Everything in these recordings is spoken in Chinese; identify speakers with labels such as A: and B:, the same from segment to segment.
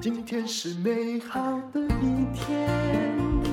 A: 今天是美好的一天。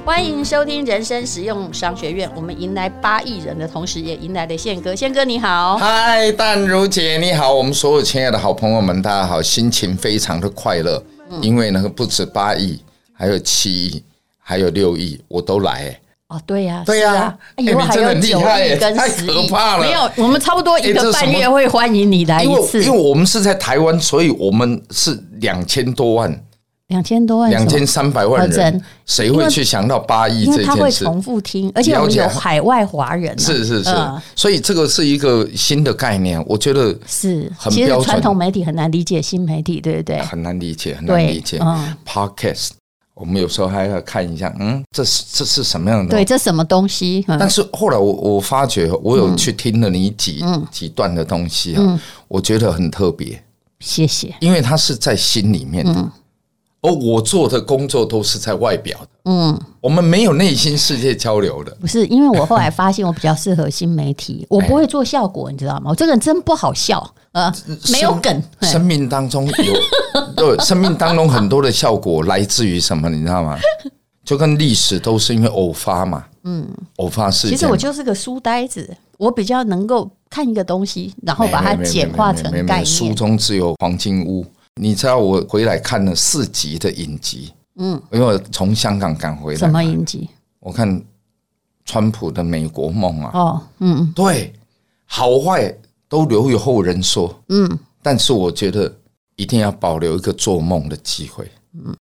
B: 欢迎收听人生实用商学院。我们迎来八亿人的同时，也迎来了宪哥。宪哥你好，
C: 嗨，淡如姐，你好！我们所有亲爱的好朋友们，大家好，心情非常的快乐，因为呢，不止八亿，还有七亿，还有六亿，我都来、欸。
B: 哦，对呀、
C: 对
B: 呀、
C: 呀哎
B: 以后
C: 你
B: 还
C: 真
B: 有
C: 的很厉
B: 九
C: 害
B: 亿
C: 耶
B: 跟
C: 太
B: 十
C: 可
B: 亿，
C: 怕了
B: 没有，我们差不多一
C: 哎
B: 个
C: 这是
B: 半
C: 什么
B: 月会欢迎你来
C: 因
B: 啊一次
C: 为，因为我们是在台湾，所以我们是两千多万、
B: 两千多万，
C: 两千，三百万
B: 哦真
C: 人，谁会去想到八亿
B: 因
C: 这
B: 为他会
C: 件事？
B: 重复听，而且我
C: 了
B: 们
C: 解
B: 有海外华人啊、
C: 是是是
B: 嗯，
C: 所以这个是一个新的概念，我觉得
B: 是，
C: 很
B: 其实
C: 标准
B: 传统媒体很难理解新媒体，对不对？
C: 很难理解，很难
B: 对
C: 理解。
B: 嗯
C: Podcast，我们有时候还要看一下，嗯，这是这是什么样的？
B: 对，这什么东西？嗯
C: 但是后来我我发觉，我有去听了你几、
B: 嗯
C: 几段的东西啊，我觉得很特别，
B: 谢谢。
C: 因为它是在心里面的。
B: 嗯
C: 而我做的工作都是在外表的，
B: 嗯，
C: 我们没有内心世界交流的。
B: 不是，因为我后来发现我比较适合新媒
C: 哎
B: 体，我不会做效果，你知道吗？我这个人真不好笑，呃，没有梗。哎嘿
C: 生生命当中有， 对，生命当中很多的效果来自于什么？你知道吗？就跟历史都是因为偶发嘛，嗯，偶发事
B: 其
C: 件。
B: 实我就是个书呆子，我比较能够看一个东西，然后把它简化成
C: 没没没没没没
B: 概
C: 书
B: 念。
C: 中自有黄金屋，你知道我回来看了四集的影集，嗯，因为我从香港赶回
B: 什么
C: 来，
B: 影集？
C: 我看川普的美国梦啊，
B: 哦，嗯，
C: 对，好坏都留有后人说，嗯，但是我觉得一定要保留一个做梦的机会。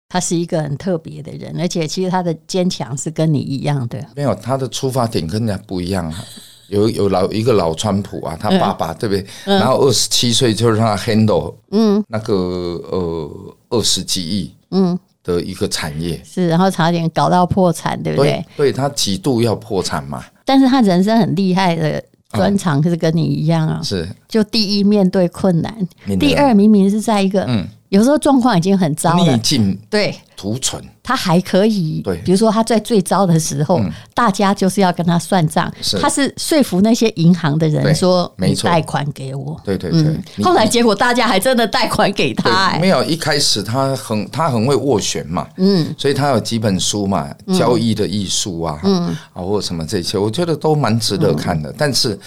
B: 他是一个很特别的人，而且其实他的坚强是跟你一样的。
C: 没有，他的出发点跟人家不一样啊。有有老一个老川普啊，他爸爸、对不对？
B: 嗯
C: 然后二十七岁就让他 handle 嗯那个呃二十几亿嗯的一个产业，
B: 是，然后差点搞到破产，对不对？
C: 对，对他几度要破产嘛，
B: 但是他人生很厉害的
C: 啊
B: 专长是跟你一样啊，
C: 是
B: 就第一面对困难，
C: 面对
B: 第二明明是在一个、
C: 嗯
B: 有时候状况已经很糟
C: 逆
B: 了，
C: 境
B: 对
C: 图存，
B: 他还可以，
C: 对嗯
B: 比如说他在最糟的时候，大家就是要跟他算账，
C: 是
B: 他是说服那些银行的人
C: 对
B: 说你
C: 没错
B: 贷款给我，嗯
C: 对对对。你
B: 后来结果大家还真的贷款给他、
C: 对，
B: 哎，
C: 没有一开始他很他很会斡旋嘛，嗯，所以他有几本书嘛，
B: 嗯
C: 交易的艺术啊，嗯，啊或什么这些，我觉得都蛮值得看
B: 嗯
C: 的，但是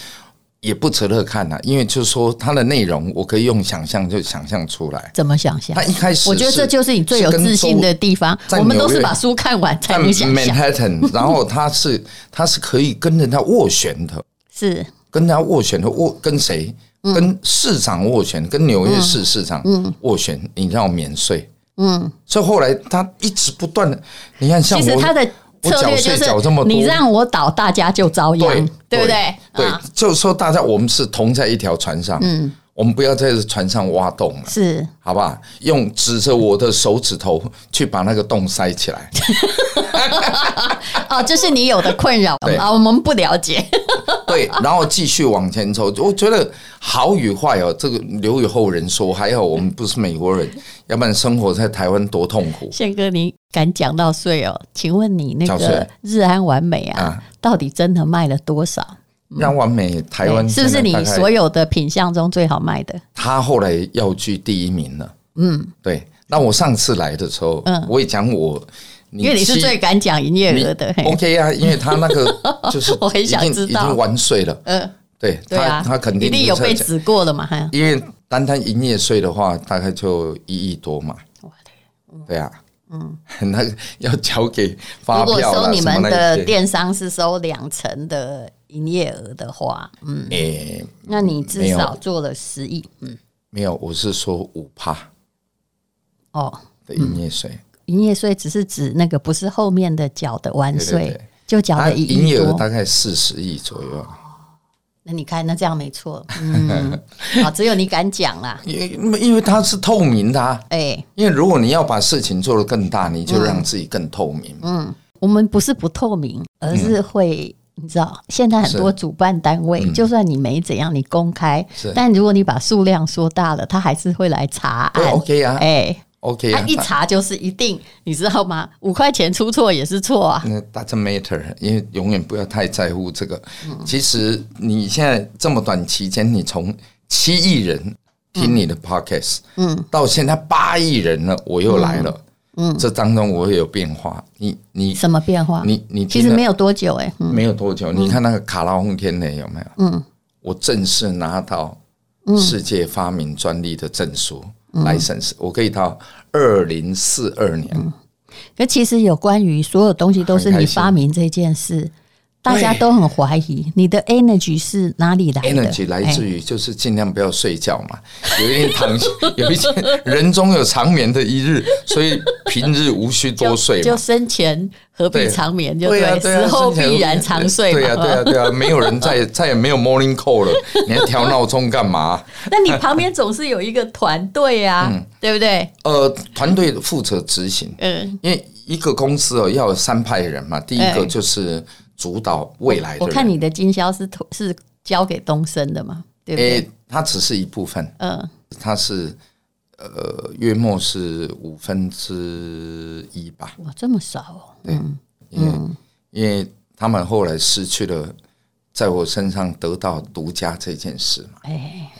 C: 也不值得看啊，因为就是说它的内容，我可以用想象就想象出来。
B: 怎么想象
C: 他？一开始
B: 我觉得这就是你最有
C: 跟
B: 自信
C: 周
B: 的地方。
C: 在
B: 我们都
C: 纽
B: 是
C: 约
B: 把书看完才
C: 在
B: 能想象，
C: 嗯 Manhattan，然后他是他是可以跟人家斡旋的，
B: 是
C: 跟人家斡旋的斡跟谁？
B: 嗯
C: 跟市长斡旋，跟纽约市市长斡旋，你让我免税。嗯，所以后来他一直不断的，你看像
B: 其
C: 我，
B: 实他的
C: 我
B: 策
C: 缴
B: 略就
C: 税
B: 是
C: 缴这么多，
B: 你让我倒，大家就遭殃，对
C: 对
B: 不对
C: 对？对
B: 啊，
C: 就是说大家我们是同在一条船上，嗯，我们不要在这船上挖洞了。
B: 是
C: 好不好？用指着我的手指头去把那个洞塞起 来。
B: 哦，这是你有的困扰
C: 对
B: 啊，我们不了解，
C: 对，然后继续往前走。我觉得好与坏哦，这个留与后人说。还好我们不是美国人，要不然生活在台湾多痛苦。
B: 宪哥，你敢讲到税哦？请问你那
C: 缴
B: 个
C: 税
B: 日安完美啊，
C: 啊
B: 到底真的卖了多少？
C: 让完美台湾
B: 嗯对是不是你所
C: 以？
B: 有的品相中最好卖的？
C: 他后来要居第一名了。嗯，对。那我上次来的时候，我也讲我，
B: 嗯因为你是
C: 七
B: 最敢讲营业
C: 你
B: 额的，嘿
C: OK 啊，因为他那 个就是
B: 我很想
C: 已经
B: 知道
C: 已经完税了。
B: 嗯，
C: 对
B: 对啊
C: 他，，他肯定
B: 一定有
C: 就是在
B: 被
C: 讲
B: 指过了嘛，哈，
C: 因为单单营业税的话，大概就一亿多嘛。对啊，嗯， 那个要交给发
B: 如果
C: 票
B: 收
C: 啦
B: 你
C: 什么
B: 们
C: 那
B: 的
C: 些。
B: 电商是收两成的营业额的话，嗯，
C: 诶、
B: 那你至
C: 没有
B: 少做了十亿，嗯，
C: 没有，我是说五趴
B: 哦，
C: 的营业税，
B: 营业税只是指那个不是后面的缴的完税，
C: 对对对
B: 就缴
C: 它
B: 了一
C: 营
B: 亿
C: 业额
B: 多。
C: 大概四十亿左右。啊
B: 那你看，那这样没错， 嗯，好，只有你敢讲啦，
C: 因为因为它是透明的、啊，
B: 哎、
C: 因为如果你要把事情做得更大，你就让自己更透明。嗯，
B: 我们不是不透明，而是会。你知
C: 嗯
B: 道，现在很多主办单位，就算你没怎样，你公开
C: 是，
B: 但如果你把数量说大了，他还是会来查
C: 对
B: 案。
C: ，OK 啊、
B: 哎，
C: o k
B: 他
C: 啊，
B: 一查就是一定，你知道吗？五块钱出错也是错啊。
C: 那 doesn't matter，因为
B: 嗯
C: 永远不要太在乎这个。其实你现在这么短期间，你从七亿人听你的 podcast，嗯，到现在八亿人了，我又来了，嗯，这当中我也有变化。你你
B: 什么变化？
C: 你你
B: 啊其实没有多久哎、嗯
C: 没有多久，你看那个卡拉轰天雷有没有？嗯，我正式拿到
B: 嗯
C: 世界发明专利的证书 license，我可以到二零四二
B: 嗯
C: 年。
B: 可其实有关于所有东西都是
C: 很开
B: 你
C: 心
B: 发明这件事，大家都很怀疑你的 energy 是哪里来的
C: energy 来自
B: 哎
C: 于就是尽量不要睡觉嘛，有一天躺， 有一天人中有长眠的一日，所以平日无需多睡
B: 就
C: 嘛。
B: 生前何必长眠，就
C: 对啊，对啊，
B: 死后
C: 生前
B: 必然长睡嘛。
C: 对啊，对啊，对啊，没有人 再再也没有 morning call 了，你还调闹钟干嘛？
B: 那你旁边总是有一个团队啊，
C: 嗯
B: 对不对？
C: 呃，团队负责执行，
B: 嗯，
C: 因为一个公司哦要有三派人嘛，第一
B: 哎
C: 个就是主导未来的人。
B: 我看你的经销是投是交给东升的嘛，对不对？
C: 诶，它只是一部分，
B: 嗯，
C: 它是呃约莫是五分之一吧，
B: 哇，这么少哦，嗯
C: 因为、因为他们后来失去了在我身上得到独家这件事嘛。
B: 哎，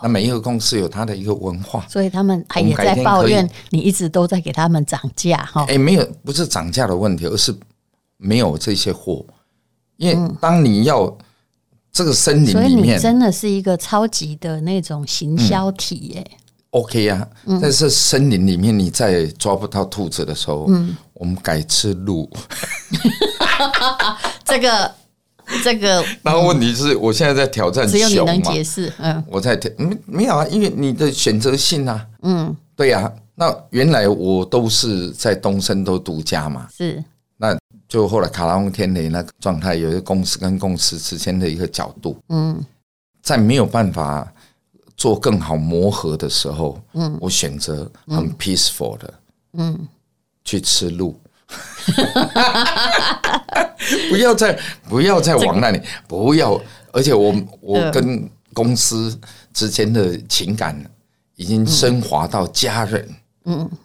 C: 那每一个公司有它的一个文化，
B: 所以他们还
C: 我们
B: 也
C: 改
B: 在
C: 天
B: 抱
C: 可以
B: 怨你一直都在给他们涨价哈。
C: 哎、没有不是涨价的问题，而是没有这些货，因为当你要这个森林
B: 嗯所以
C: 里
B: 你
C: 面嗯
B: 真的是一个超级的那种行销体耶、
C: OK 啊，
B: 嗯
C: 但是森林里面你再抓不到兔子的时候，
B: 嗯
C: 我们改吃鹿。
B: 这个这个
C: 然后问题是我现在在挑战
B: 只有你
C: 熊
B: 能
C: 嘛，
B: 解释，嗯
C: 我在挑没没有啊，因为你的选择性啊，嗯，对呀、啊。那原来我都是在东升都独家嘛，
B: 是
C: 那就后来卡拉翁天雷那个状态，有一个公司跟公司之间的一个角度，嗯，在没有办法做更好磨合的时候，嗯，我选择很 peaceful 的，嗯，去吃鹿。 不要再不要再往那里，不要！而且我我
B: 嗯
C: 跟公司之间的情感已经升华到家人。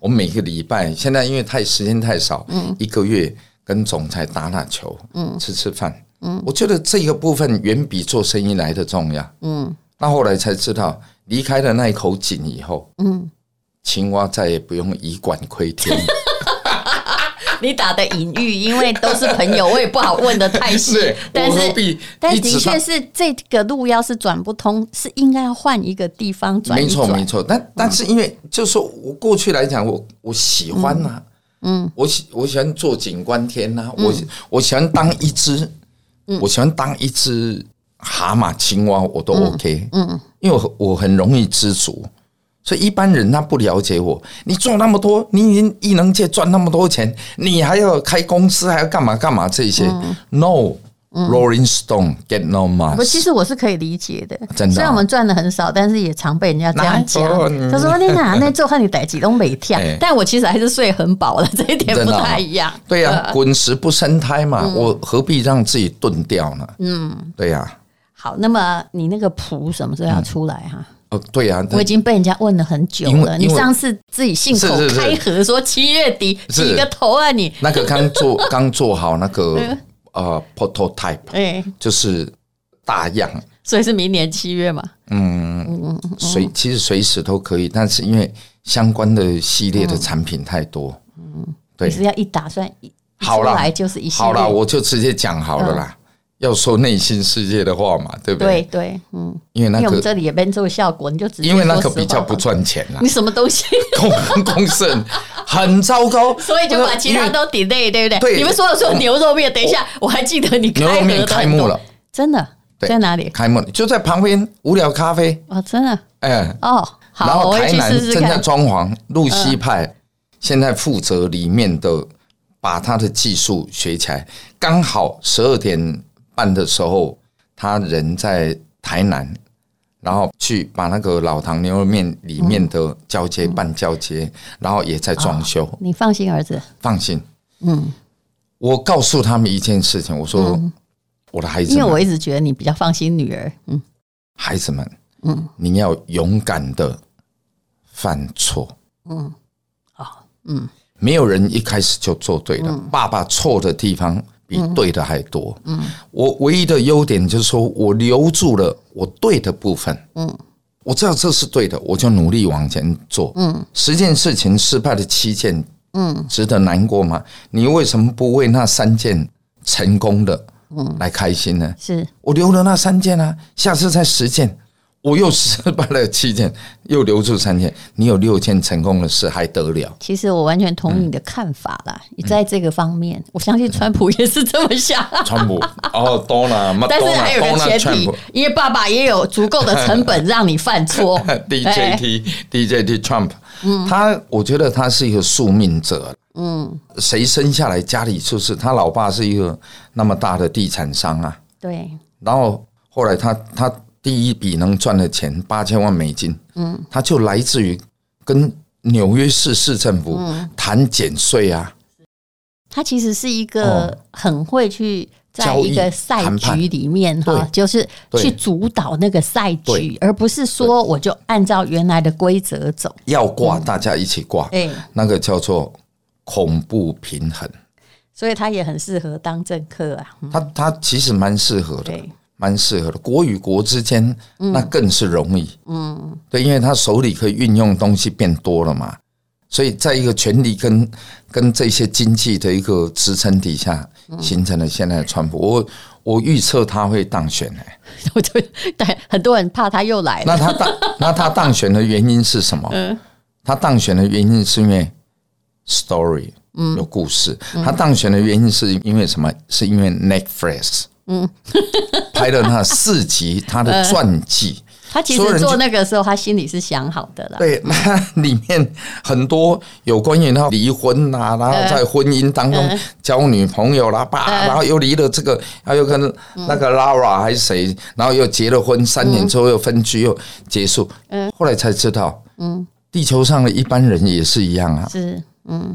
C: 我每个礼拜现在因为太时间太少，一个月跟总裁打打球，吃吃饭，
B: 嗯
C: 我觉得这个部分远比做生意来的重要，
B: 嗯
C: 那后来才知道，离开了那一口井以后，
B: 嗯
C: 青蛙再也不用以管窥 天，
B: 你打的隐喻，因为都是朋友，我也不好问的太细
C: 对，
B: 但
C: 我何
B: 是。
C: 必
B: 但
C: 一
B: 的
C: 直到
B: 确是这个路要是转不通，是应该要换一个地方转一
C: 没错没
B: 转。
C: 错，但但是因为就是说我过去来讲，我我喜欢呐、嗯，我喜我喜欢做景观天呐、我我喜欢当一只，我喜欢当一只蛤蟆、青蛙，我都 OK，嗯，因为我我很容易知足。所以一般人他不了解我，你做那么多，你已经艺能界赚那么多钱，你还要开公司，还要干嘛干嘛这些、n o Rolling Stone get no money。
B: 不，其实我是可以理解的。
C: 真的啊
B: 虽然我们赚的很少，但是也常被人家这样讲
C: 哪有嗯。
B: 他说：“你哪那做看你逮几都没跳
C: 哎，
B: 但我其实还是睡很饱了，这一点
C: 真
B: 不
C: 的啊
B: 太一样。嗯
C: 对呀、滚石不生胎嘛，我何必让自己钝掉呢？嗯，对呀、
B: 好，那么你那个谱什么时候要出来哈、
C: 哦，对呀、
B: 我已经被人家问了很久
C: 因
B: 了。
C: 为
B: 你
C: 因为
B: 上次自己信口
C: 是是是
B: 开河说七月底，
C: 是
B: 几个头啊你？
C: 那个刚做 刚做好那
B: 嗯
C: 个呃 prototype，
B: 哎、
C: 就是大样，
B: 所以是明年七月嘛？嗯
C: 随其实随时都可以，但是因为相关的系列的产品太多，
B: 嗯
C: 对
B: 你是要一打算一一
C: 好
B: 出
C: 啦
B: 来就是一系列？嗯
C: 好啦，我就直接讲好了啦。要说内心世界的话嘛，对不
B: 对
C: 对？
B: 对，嗯，
C: 因为那
B: 因为我们
C: 个，
B: 这里也没做效果，你就直接
C: 因为那个
B: 说实话
C: 比较不
B: 吧。
C: 赚钱啦
B: 你，什么东西？
C: 公 公司很很糟糕，
B: 所以就把其
C: 因
B: 他
C: 为
B: 都 delay，对不对？
C: 对
B: 你们说的说牛肉面，等一下，我还记得你开
C: 牛肉
B: 盒
C: 面
B: 的
C: 开
B: 很多
C: 幕了，，
B: 真的
C: 对
B: 在哪里？
C: 开幕就在旁边无聊咖啡，
B: 哦，真的
C: 哎，
B: 哦，
C: 然
B: 好，
C: 后
B: 我会
C: 台
B: 去
C: 南
B: 试试
C: 正在
B: 看。嗯
C: 装潢，露西派现在负责里面的，把他的技术学起来。刚好十二点半的时候，他人在台南，然后去把那个老唐牛肉面里面的交接办交接，
B: 嗯
C: 然后也在装修。
B: 你放心，儿子，
C: 放心，嗯，我告诉他们一件事情，我说我的孩子
B: 嗯因为
C: 们，
B: 我一直觉得你比较放心女儿，嗯，
C: 孩子们，嗯，你要勇敢的犯错，
B: 哦，
C: 嗯没有人一开始就做对的。爸爸错的地方，比对的还多。嗯，我唯一的优点就是说我留住了我对的部分。嗯，我知道这是对的，我就努力往前做。嗯，十件事情失败的七件，嗯，值得难过吗？你为什么不为那三件成功的，嗯，来开心呢？
B: 是
C: 我留了那三件啊，下次再十件。我又失败了七件， 又留住三件，你有六件成功的事还得了？
B: 其实我完全同意你的看法啦。
C: 嗯
B: 你、在这个方面，我相信川普也是这么想。
C: 川普哦，当然，
B: 但是还有个前提
C: Donald，
B: 因为爸爸也有足够的成本让你犯 错
C: Trump。DJT DJT Trump，他
B: 嗯
C: 我觉得他是一个宿命者。嗯，谁生下来家里就是他老爸是一个那么大的地产商啊，
B: 对，
C: 然后后来他他第一笔能赚的钱八千万美金，嗯，他就来自于跟纽约市市政府谈减税啊，
B: 他其实是一个很会去在
C: 哦交易
B: 一个赛
C: 谈判
B: 局里面哈
C: 对，
B: 就是
C: 对
B: 去主导那个赛局
C: 对，
B: 而不是说我就按照原来的规则走。
C: 要挂大家一起挂，
B: 哎，
C: 那个叫做恐怖平衡。
B: 所以他也很适合当政客啊。嗯
C: 他他其实蛮适合的
B: 对，
C: 蛮适合的。国与国之间那更是容易，嗯，对，因为他手里可以运用东西变多了嘛，所以在一个权力跟跟这些经济的一个支撑底下，形成了现在的川普。我我预测他会当选哎、
B: 我就对很多人怕他又来了，
C: 那他当 那他当选的原因是什么？他当选的原因是因为 story，嗯，有故事。他当选的原因是因为什么？是因为 Netflix，嗯，拍了那四集他 的传记。
B: 他其
C: 所有
B: 实
C: 人就
B: 做那个时候，他心里是想好的啦。
C: 对， 那里面很多有关于他离婚啦、
B: 呃
C: 然后在婚姻当中交女朋友啦、爸，
B: 呃
C: 然后又离了这个，然后又跟
B: 嗯
C: 那个 Laura 还是谁，然后又结了婚，三年之后又分居又结束，后来才知道，嗯，地球上的一般人也是一样啊，
B: 是，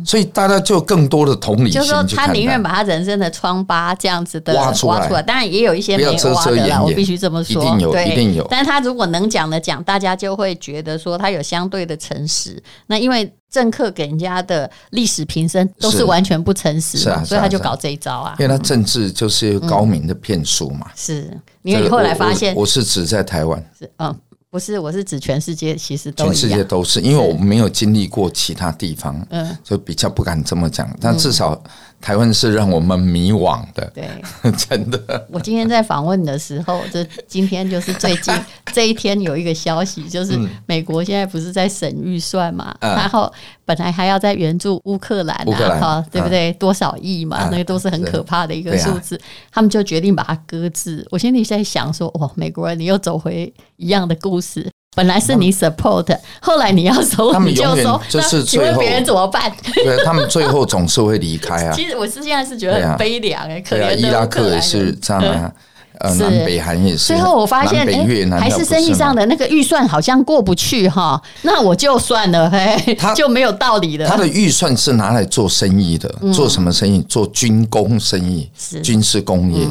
C: 所以大家就更多的同理心
B: 嗯就是说
C: 去看
B: 他宁愿
C: 待。
B: 把他人生的疮疤这样子的
C: 挖
B: 挖
C: 出来
B: 当然也有一些
C: 不
B: 没
C: 要遮
B: 挖
C: 遮
B: 的
C: 掩
B: 啦，我
C: 掩
B: 必须这么说，
C: 一定有
B: 对
C: 一定有
B: 但他如果能讲的讲，大家就会觉得说他有相对的诚实。那因为政客给人家的历史评声都是
C: 是
B: 完全不诚实
C: 是
B: 嘛，
C: 啊
B: 所以
C: 是啊
B: 他就是
C: 啊
B: 搞这一招啊
C: 因。为他政治就是高明的骗术嘛，
B: 是，因为
C: 这个
B: 嗯你后来
C: 我
B: 发现
C: 我，我是指在台湾，
B: 是嗯，不是，我是指全世界其实都
C: 全
B: 一
C: 世界
B: 样。
C: 都是，因为我没有经历过其他地方，
B: 嗯
C: 就比较不敢这么讲。但至少台湾是让我们迷惘 的，
B: 对，
C: 真的。
B: 我今天在访问的时候，就今天就是最 近这一天有一个消息，就是美国现在不是在省预算嘛，
C: 嗯
B: 然后本来还要再援助乌克兰
C: 乌克
B: 啊，
C: 兰
B: 哈，对不对？多少亿嘛
C: 嗯，
B: 那个都是很可怕的一个
C: 对啊
B: 数字，他们就决定把它搁置。我心里在想说，哇，美国人你又走回一样的故事。本来是你 support，后来你要收
C: 嗯他们
B: 你就
C: 永远
B: 收，
C: 就
B: 那
C: 是
B: 请问
C: 最后啊
B: 别人怎么办？
C: 对他们最后总是会离开啊，
B: 其实我是现在是觉得
C: 对啊
B: 很悲凉哎、可
C: 对啊，
B: 怜
C: 伊
B: 的
C: 拉
B: 乌克
C: 克
B: 兰
C: 也
B: 人嗯
C: 是这样啊，呃，
B: 是
C: 南北韩也是。
B: 最后我发现，
C: 南北越
B: 哎，
C: 南
B: 还是生意上
C: 的。
B: 的那个预算好像过不去哈，那我就算了，嘿
C: 他，
B: 就没有道理
C: 他
B: 了。
C: 的预算是拿来做生意的，做什么生意？做军工生
B: 嗯
C: 意
B: 是、嗯
C: 军事工业，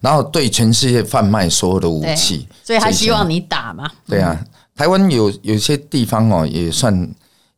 C: 然后对全世界贩卖所有的武
B: 对
C: 器。
B: 所以他希
C: 这些
B: 望嗯你打嘛，
C: 对啊，台湾有有些地方哦，也算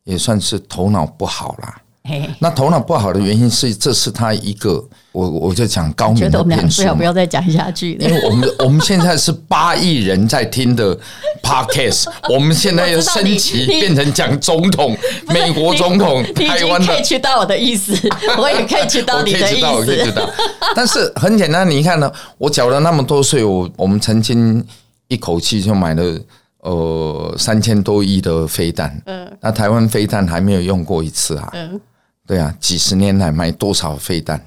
C: 也算是头脑不好啦。
B: 嘿，
C: 那头脑不好的原因是，这是他一个我我就讲高
B: 觉
C: 明
B: 得
C: 的
B: 我们俩
C: 骗术
B: 最好不
C: 嘛。
B: 要再讲下去
C: 因
B: 了。
C: 为我们我们现在是八亿人在 听的 podcast，我们现在要升级
B: 我知道你
C: 变成讲总统，美国总统
B: 你已，
C: 台
B: 经
C: 湾的
B: catch 到我的意 思，我也 catch 到
C: 我可
B: 你
C: 以
B: 的
C: 知
B: 意
C: 道，我可以知
B: 思。
C: 道。但是很简单，你看呢，我缴了那么多税，我我们曾经一口气就买了呃三千多亿的飞弹，
B: 嗯
C: 那台湾飞弹还没有用过一次啊，
B: 嗯，
C: 对啊，几十年来买多少飞弹？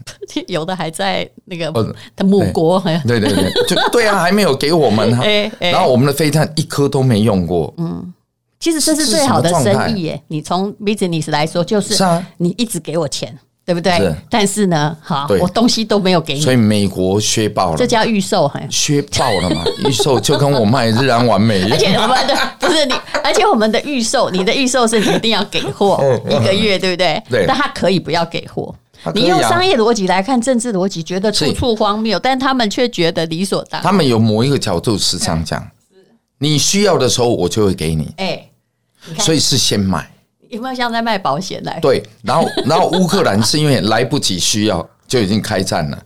B: 有的还在那个
C: 呃
B: 他母国，嘿
C: 对对 对，就对啊，还没有给我们啊
B: 哎，哎嗯
C: 然后我们的飞弹一颗都没用过，
B: 其实这是
C: 是
B: 最
C: 什
B: 好
C: 么
B: 的
C: 状态
B: 生意耶。你从 business 来说，就是
C: 是啊
B: 你一直给我钱，对不对
C: 是？
B: 但是呢，好
C: 对，
B: 我东西都没有给你
C: 所，以美国削爆
B: 这
C: 了，
B: 叫预售，嘿。
C: 削爆了嘛， 预售就跟我卖日安完美一
B: 而
C: 样。
B: 且我们 的不是你，而且我们的预售，你的预售是你一定要给货
C: 嗯嗯
B: 一个月，对不对？
C: 对
B: 但他可以不要给货
C: 他。可以啊
B: 你用商业逻辑来看政治逻辑，觉得处
C: 是
B: 处荒谬，但他们却觉得理所当然。
C: 他们有某一个角度是这样讲：你需要的时候我就会给你，
B: 哎，看
C: 所以是先买。
B: 有没有像在卖保险来？
C: 对，然后然后乌克兰是因为来不及需要就已经开战了，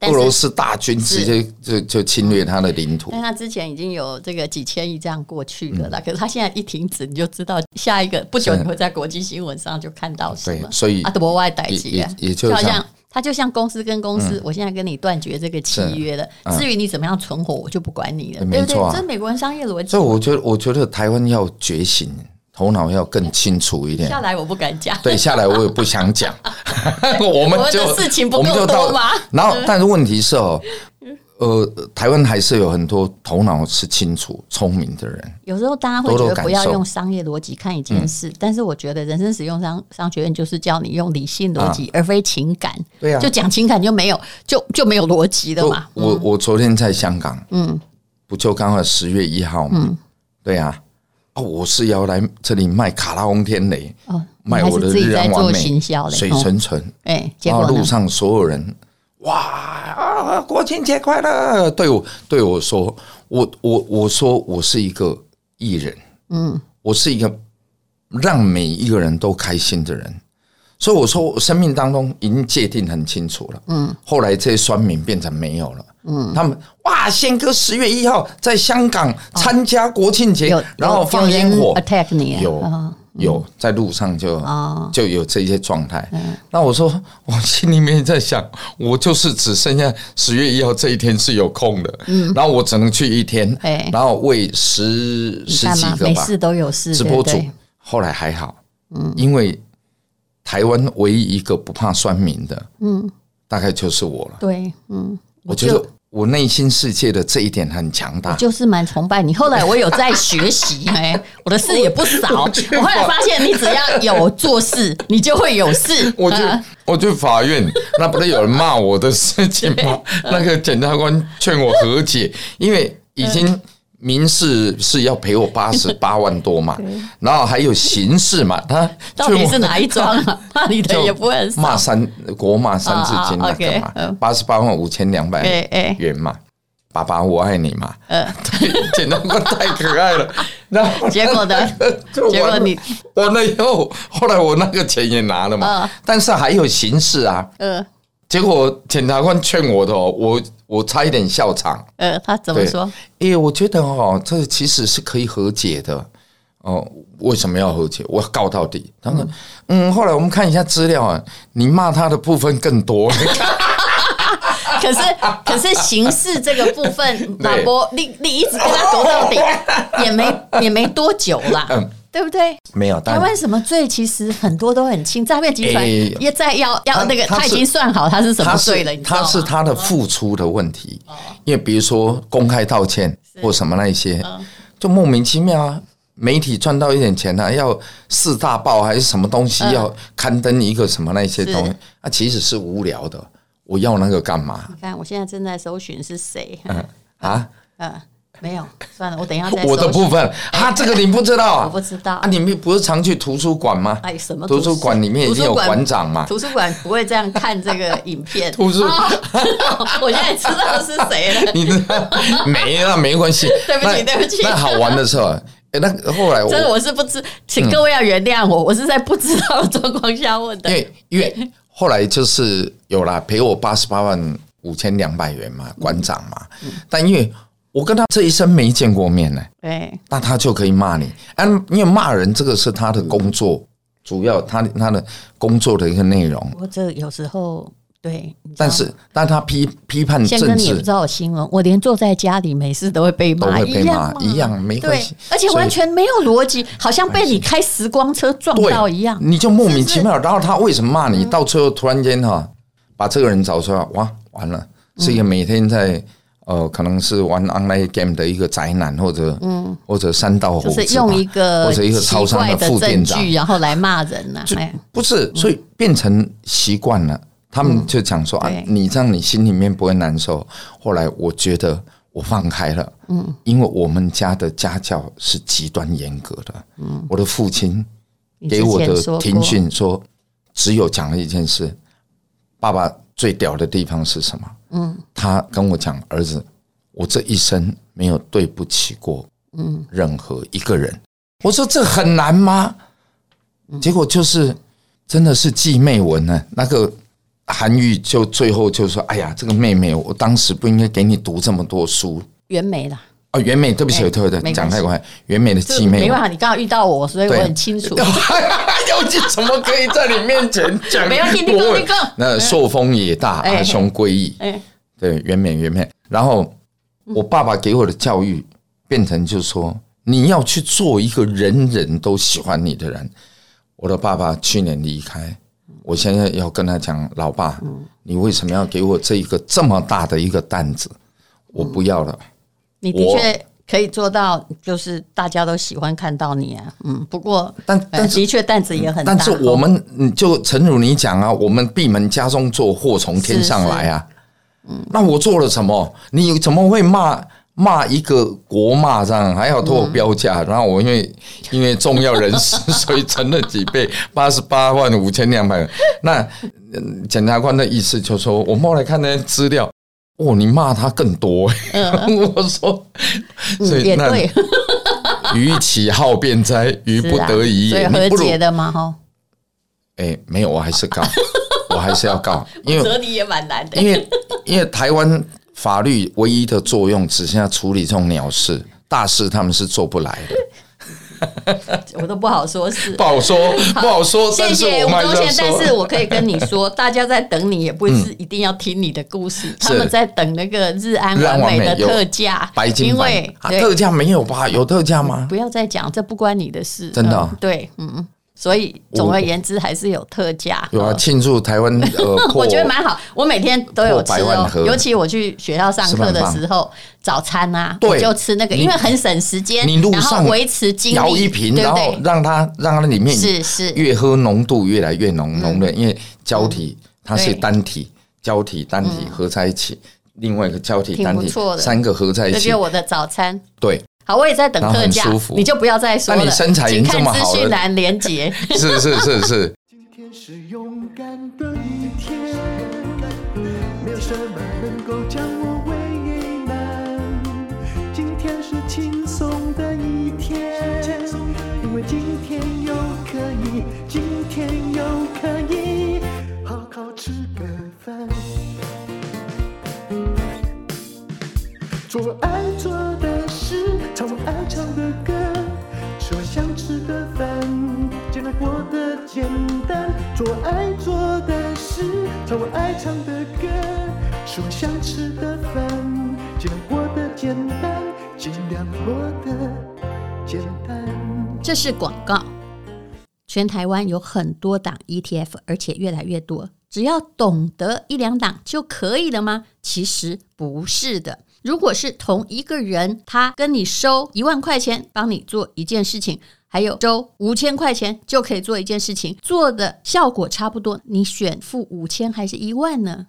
B: 但
C: 俄
B: 是
C: 罗斯大军直接就就侵略他的领土
B: 但，他之前已经有这个几千亿这样过去的
C: 嗯
B: 啦，可是他现在一停止，你就知道下一个不久
C: 是
B: 你会在国际新闻上就看到什
C: 对
B: 么，。
C: 所以
B: 啊，国外代
C: 也
B: 际
C: 也也就
B: 好
C: 像嗯
B: 像他就像公司跟公司，我现在跟你断绝这个契约了，至于你怎么样存活，我就不管你了，对不
C: 对嗯没
B: 对
C: 错？啊
B: 这美国人商业逻辑
C: 所以我觉得，我觉得台湾要觉醒，头脑要更清楚一点
B: 下。来我不敢讲，
C: 对，下来我也不想讲， 我们就
B: 我们的事情不够
C: 我们就到
B: 多吗
C: 然后，但是问题是哦，呃，台湾还是有很多头脑是清楚、聪明的人。
B: 有时候大家会觉
C: 多多
B: 得
C: 感
B: 不要
C: 受嗯
B: 用商业逻辑看一件事，但是我觉得人生使用商商学院就是叫你用理性逻辑，而非情感。
C: 啊对啊
B: 就讲情感就没有就就没有逻辑的
C: 就
B: 嘛。嗯
C: 我我昨天在香港，嗯，不就刚好十月一号嘛？
B: 嗯
C: 对啊，哦，我是要来这里卖卡拉轰天雷，
B: 哦，你
C: 卖
B: 还
C: 我
B: 是
C: 的
B: 自己
C: 日
B: 在
C: 安完
B: 做
C: 美
B: 行销嘞。
C: 水
B: 哦
C: 纯纯。
B: 哎，结
C: 然
B: 果
C: 后啊路
B: 呢？
C: 上所有人，哇啊，国庆节快乐！对我对我说，我我我说我是一个艺人，
B: 嗯，
C: 我是一个让每一个人都开心的人。所以我说，我生命当中已经界定很清楚了。嗯，后来这些酸民变成没有了。嗯，他们哇，宪哥十月一号在香港参加国庆节，
B: 有
C: 哎然后放烟火，
B: attack 你啊
C: 有
B: 哦
C: 有在路上就、
B: 哦
C: 就有这些状态。那我说，我心里面在想，我就是只剩下十月一号这一天是有空的，
B: 嗯
C: 然后我只能去一天，
B: 哎
C: 然后为十
B: 你
C: 十
B: 看
C: 几
B: 嘛，
C: 个
B: 没
C: 吧
B: 事都有事，
C: 直播
B: 对
C: 主
B: 不对，嗯
C: 后来还好，因为台湾唯一一个不怕酸民的，
B: 嗯，
C: 大概就是我了。
B: 对，嗯，
C: 我觉
B: 就
C: 得我内心世界的这一点很强大，
B: 就是蛮崇拜你。后来我有在学习， 哎，我的事也不少。我后来发现，你只要有做事，你就会有事。
C: 我去
B: 啊
C: 我去 法院，那不是有人骂我的事情吗？
B: 嗯
C: 那个检察官劝我和解，因为已
B: 嗯
C: 经民事是要赔我 八十八万多嘛，然后还有刑事嘛，他
B: 到
C: 劝
B: 底
C: 我
B: 是哪一桩啊？骂你的
C: 就
B: 也不会很
C: 骂
B: 少。
C: 三国骂三字经那个
B: 啊啊，OK，
C: 嘛，八十八万五千两百
B: 哎哎
C: 元嘛。爸爸，我爱你嘛！对， 检察官太可爱 了。然后
B: 嗯结果呢
C: 就
B: 结
C: 完
B: 果
C: 了
B: 你
C: 完了以后，后来我那个钱也拿了嘛
B: 嗯，
C: 但是还有刑事啊。
B: 呃
C: 结果检察官劝我的哦，我我差一点笑场。
B: 呃，他怎么
C: 对
B: 说？
C: 因为我觉得哦，这其实是可以和解的。哦，为什么要和解？我要告到底。他说，嗯，后来我们看一下资料啊，你骂他的部分更多。
B: 可 是可是刑事这个部分，
C: 对
B: 老伯你你一直跟他斗到 底，也没也没多久啦，
C: 嗯
B: 对不对？
C: 没有，
B: 台
C: 但
B: 湾什么罪其实很多都很轻，诈骗集团
C: 哎
B: 也在要要
C: 他
B: 那个，
C: 他
B: 他已
C: 是
B: 经算好他是什么
C: 他
B: 罪
C: 是
B: 了，你知道
C: 他是
B: 吗？嗯
C: 他的付出的问题，因为比如说公开道歉或什么那一些，
B: 嗯
C: 就莫名其妙啊。媒体赚到一点钱呢、啊，要四大报还是什么东西要刊登一个什么那些东西
B: 嗯是，
C: 啊，其实是无聊的。我要那个干嘛
B: 你看，我现在正在搜寻是谁，
C: 啊？
B: 嗯，没有，算了，我等一下再
C: 我的
B: 搜寻
C: 部分啊，这个你不知道
B: 我
C: 啊
B: 不？知道
C: 啊，。你们不是常去图书馆吗？
B: 哎，什么
C: 图书馆里面已经有
B: 图书
C: 馆长嘛？
B: 图书馆不会这样看这个影片。
C: 图书
B: 哦 我现在知道是谁了。
C: 你知 道没那没关系，
B: 对不起
C: 那
B: 对不起
C: 那好玩的时候，哎，那个后来我
B: 真的我是不知，请各位要原谅我，我是在不知道的状况下问的
C: 因。为因为后来就是有啦，赔我八十八万五千两百元嘛，馆长嘛。但因为我跟他这一生没见过面呢、
B: 对，
C: 那他就可以骂你。啊，因为骂人这个是他的工作，主要他他的工作的一个内容。
B: 我这有时候对，你知道
C: 但
B: 吗
C: 是，但他批批判
B: 宪哥，
C: 政
B: 你也不
C: 治
B: 知道我新闻，我连坐在家里每次都会被
C: 都
B: 骂，
C: 会被骂
B: 嘛，
C: 一样没关
B: 对
C: 系，，
B: 而且
C: 所以
B: 完全没有逻辑，好像被你开时光车撞到一样。嗯
C: 你就莫名其妙。然后他为什么骂你？到最后突然间哈、把这个人找出来，哇，完了，是一个每天在呃，可能是玩 online game 的一个宅男，或者嗯，或者三道猴
B: 就
C: 子吧，
B: 是用一个
C: 或者一个
B: 奇
C: 超商
B: 怪
C: 副店
B: 证
C: 长，
B: 据，然后来骂人呐、
C: 就
B: 哎，
C: 不是，所以变成习惯了。他们就讲说、啊
B: 嗯对，
C: 你这样你心里面不会难受。后来我觉得我放开了，嗯，因为我们家的家教是极端严格的，嗯，我的父亲
B: 你之
C: 给我
B: 前
C: 的
B: 说
C: 庭
B: 过，
C: 训说，只有讲了一件事：爸爸最屌的地方是什么？嗯，他跟我讲，儿子，我这一生没有对不起过嗯任何一个人。我说这很
B: 嗯
C: 啊难吗？结果就是真的是季媚文呢、那个韩愈就最后就说：“哎呀，这个妹妹，我当时不应该给你读这么多书
B: 袁枚啦，
C: 哦。”袁枚，对不起，
B: 哎
C: 我对不
B: 没关系
C: 起，讲太快。袁枚的
B: 就
C: 继妹
B: 没
C: 嘛，
B: 办法，你刚好遇到我，所以我很清楚。
C: 妖精怎么可以在你面前讲国文？
B: 没有你你讲你讲
C: 那受风也大，
B: 哎
C: 阿兄归矣。
B: 哎，
C: 对，圆美圆美。然后我爸爸给我的教育变成就是说，你要去做一个人人都喜欢你的人。我的爸爸去年离开，我现在要跟他讲，老爸，
B: 嗯
C: 你为什么要给我这一个这么大的一个担子？我不要了。
B: 你的确可以做到，就是大家都喜欢看到你啊。嗯，不过
C: 但
B: 呃
C: 但是
B: 的确担子也很大。
C: 但是我们嗯就诚如你讲啊，我们闭门家中坐，祸从天上来啊。
B: 嗯
C: 那我做了什么？你怎么会骂骂一个国骂这样，还要拖
B: 嗯
C: 我标价？然后我因为因为重要人士， 所以乘了几倍，八十八万五千两百。那嗯检察官的意思就说，我们后来看那些资料。哦，你骂他更多、欸 我说，
B: 嗯
C: 所以
B: 也
C: 那
B: 对，
C: 于其好辩哉，于
B: 是
C: 不
B: 啊
C: 得已
B: 所以
C: 也。
B: 和
C: 你不如
B: 解的嘛，哈，
C: 哎、没有，我 还是告，我还是要告，因为
B: 理也蛮难
C: 因为因为台湾法律唯一的作用只剩下处理这种鸟事，大事他们是做不来 的，
B: 我都不好说是
C: 不。好说，不好说。
B: 谢
C: 但是
B: 谢
C: 我
B: 吴
C: 们还
B: 宗
C: 是要
B: 宪，但是
C: 说，嗯
B: 我可以跟你 说，大家在等你，也不是一定要听你的故事，他们在等那个日安
C: 日安
B: 完
C: 完
B: 美的
C: 美有
B: 特价，
C: 白金
B: 因
C: 版
B: 为
C: 啊
B: 对嗯
C: 特价没有吧？有特价吗？
B: 不要再讲，这不关你的事。
C: 真的啊
B: 嗯对，嗯，所以总而言之还是有特价。
C: 有啊，
B: 嗯
C: 庆祝台湾呃 破
B: 我觉得蛮好，我每天都有吃
C: 破百
B: 哦
C: 万，盒
B: 尤其我去学校上课的时候，早餐啊，
C: 对
B: 我就吃那个，
C: 你
B: 因为很省时间，
C: 你路
B: 然后
C: 上
B: 维持精力，
C: 摇一瓶，
B: 对
C: 然
B: 不
C: 后
B: 对？
C: 让它让它里面
B: 是是
C: 越喝浓度越来越
B: 嗯
C: 浓浓的，因为胶体它是
B: 对
C: 单体，胶体单体合在一起，另外一个胶体
B: 嗯挺
C: 单
B: 不
C: 体
B: 错的
C: 三个合在一
B: 这就
C: 起
B: 是，我的早餐。
C: 对，
B: 好，我也在等
C: 然后
B: 特
C: 很
B: 价
C: 舒，服
B: 你就不要再说了。
C: 那你身材已
B: 请
C: 经
B: 看
C: 这么好
B: 资
C: 了
B: 讯栏连接。
C: 是是是是，
A: 今天是勇敢的一天，没有什么能够将我为难。今天是轻松的一天，因为今天又可以，今天又可以好好吃个饭，做我爱做的事，唱我爱唱的歌。吃我想吃的饭，尽量过得简单，做我爱做的事，唱我爱唱的歌，吃我想吃的饭，尽量过得简单，尽量过得简单。
B: 这是广告。全台湾有很多档 ETF，而且越来越多。只要懂得一两档就可以了吗？其实不是的。如果是同一个人，他跟你收一万块钱帮你做一件事情，还有收五千块钱就可以做一件事情，做的效果差不多，你选付五千还是一万呢？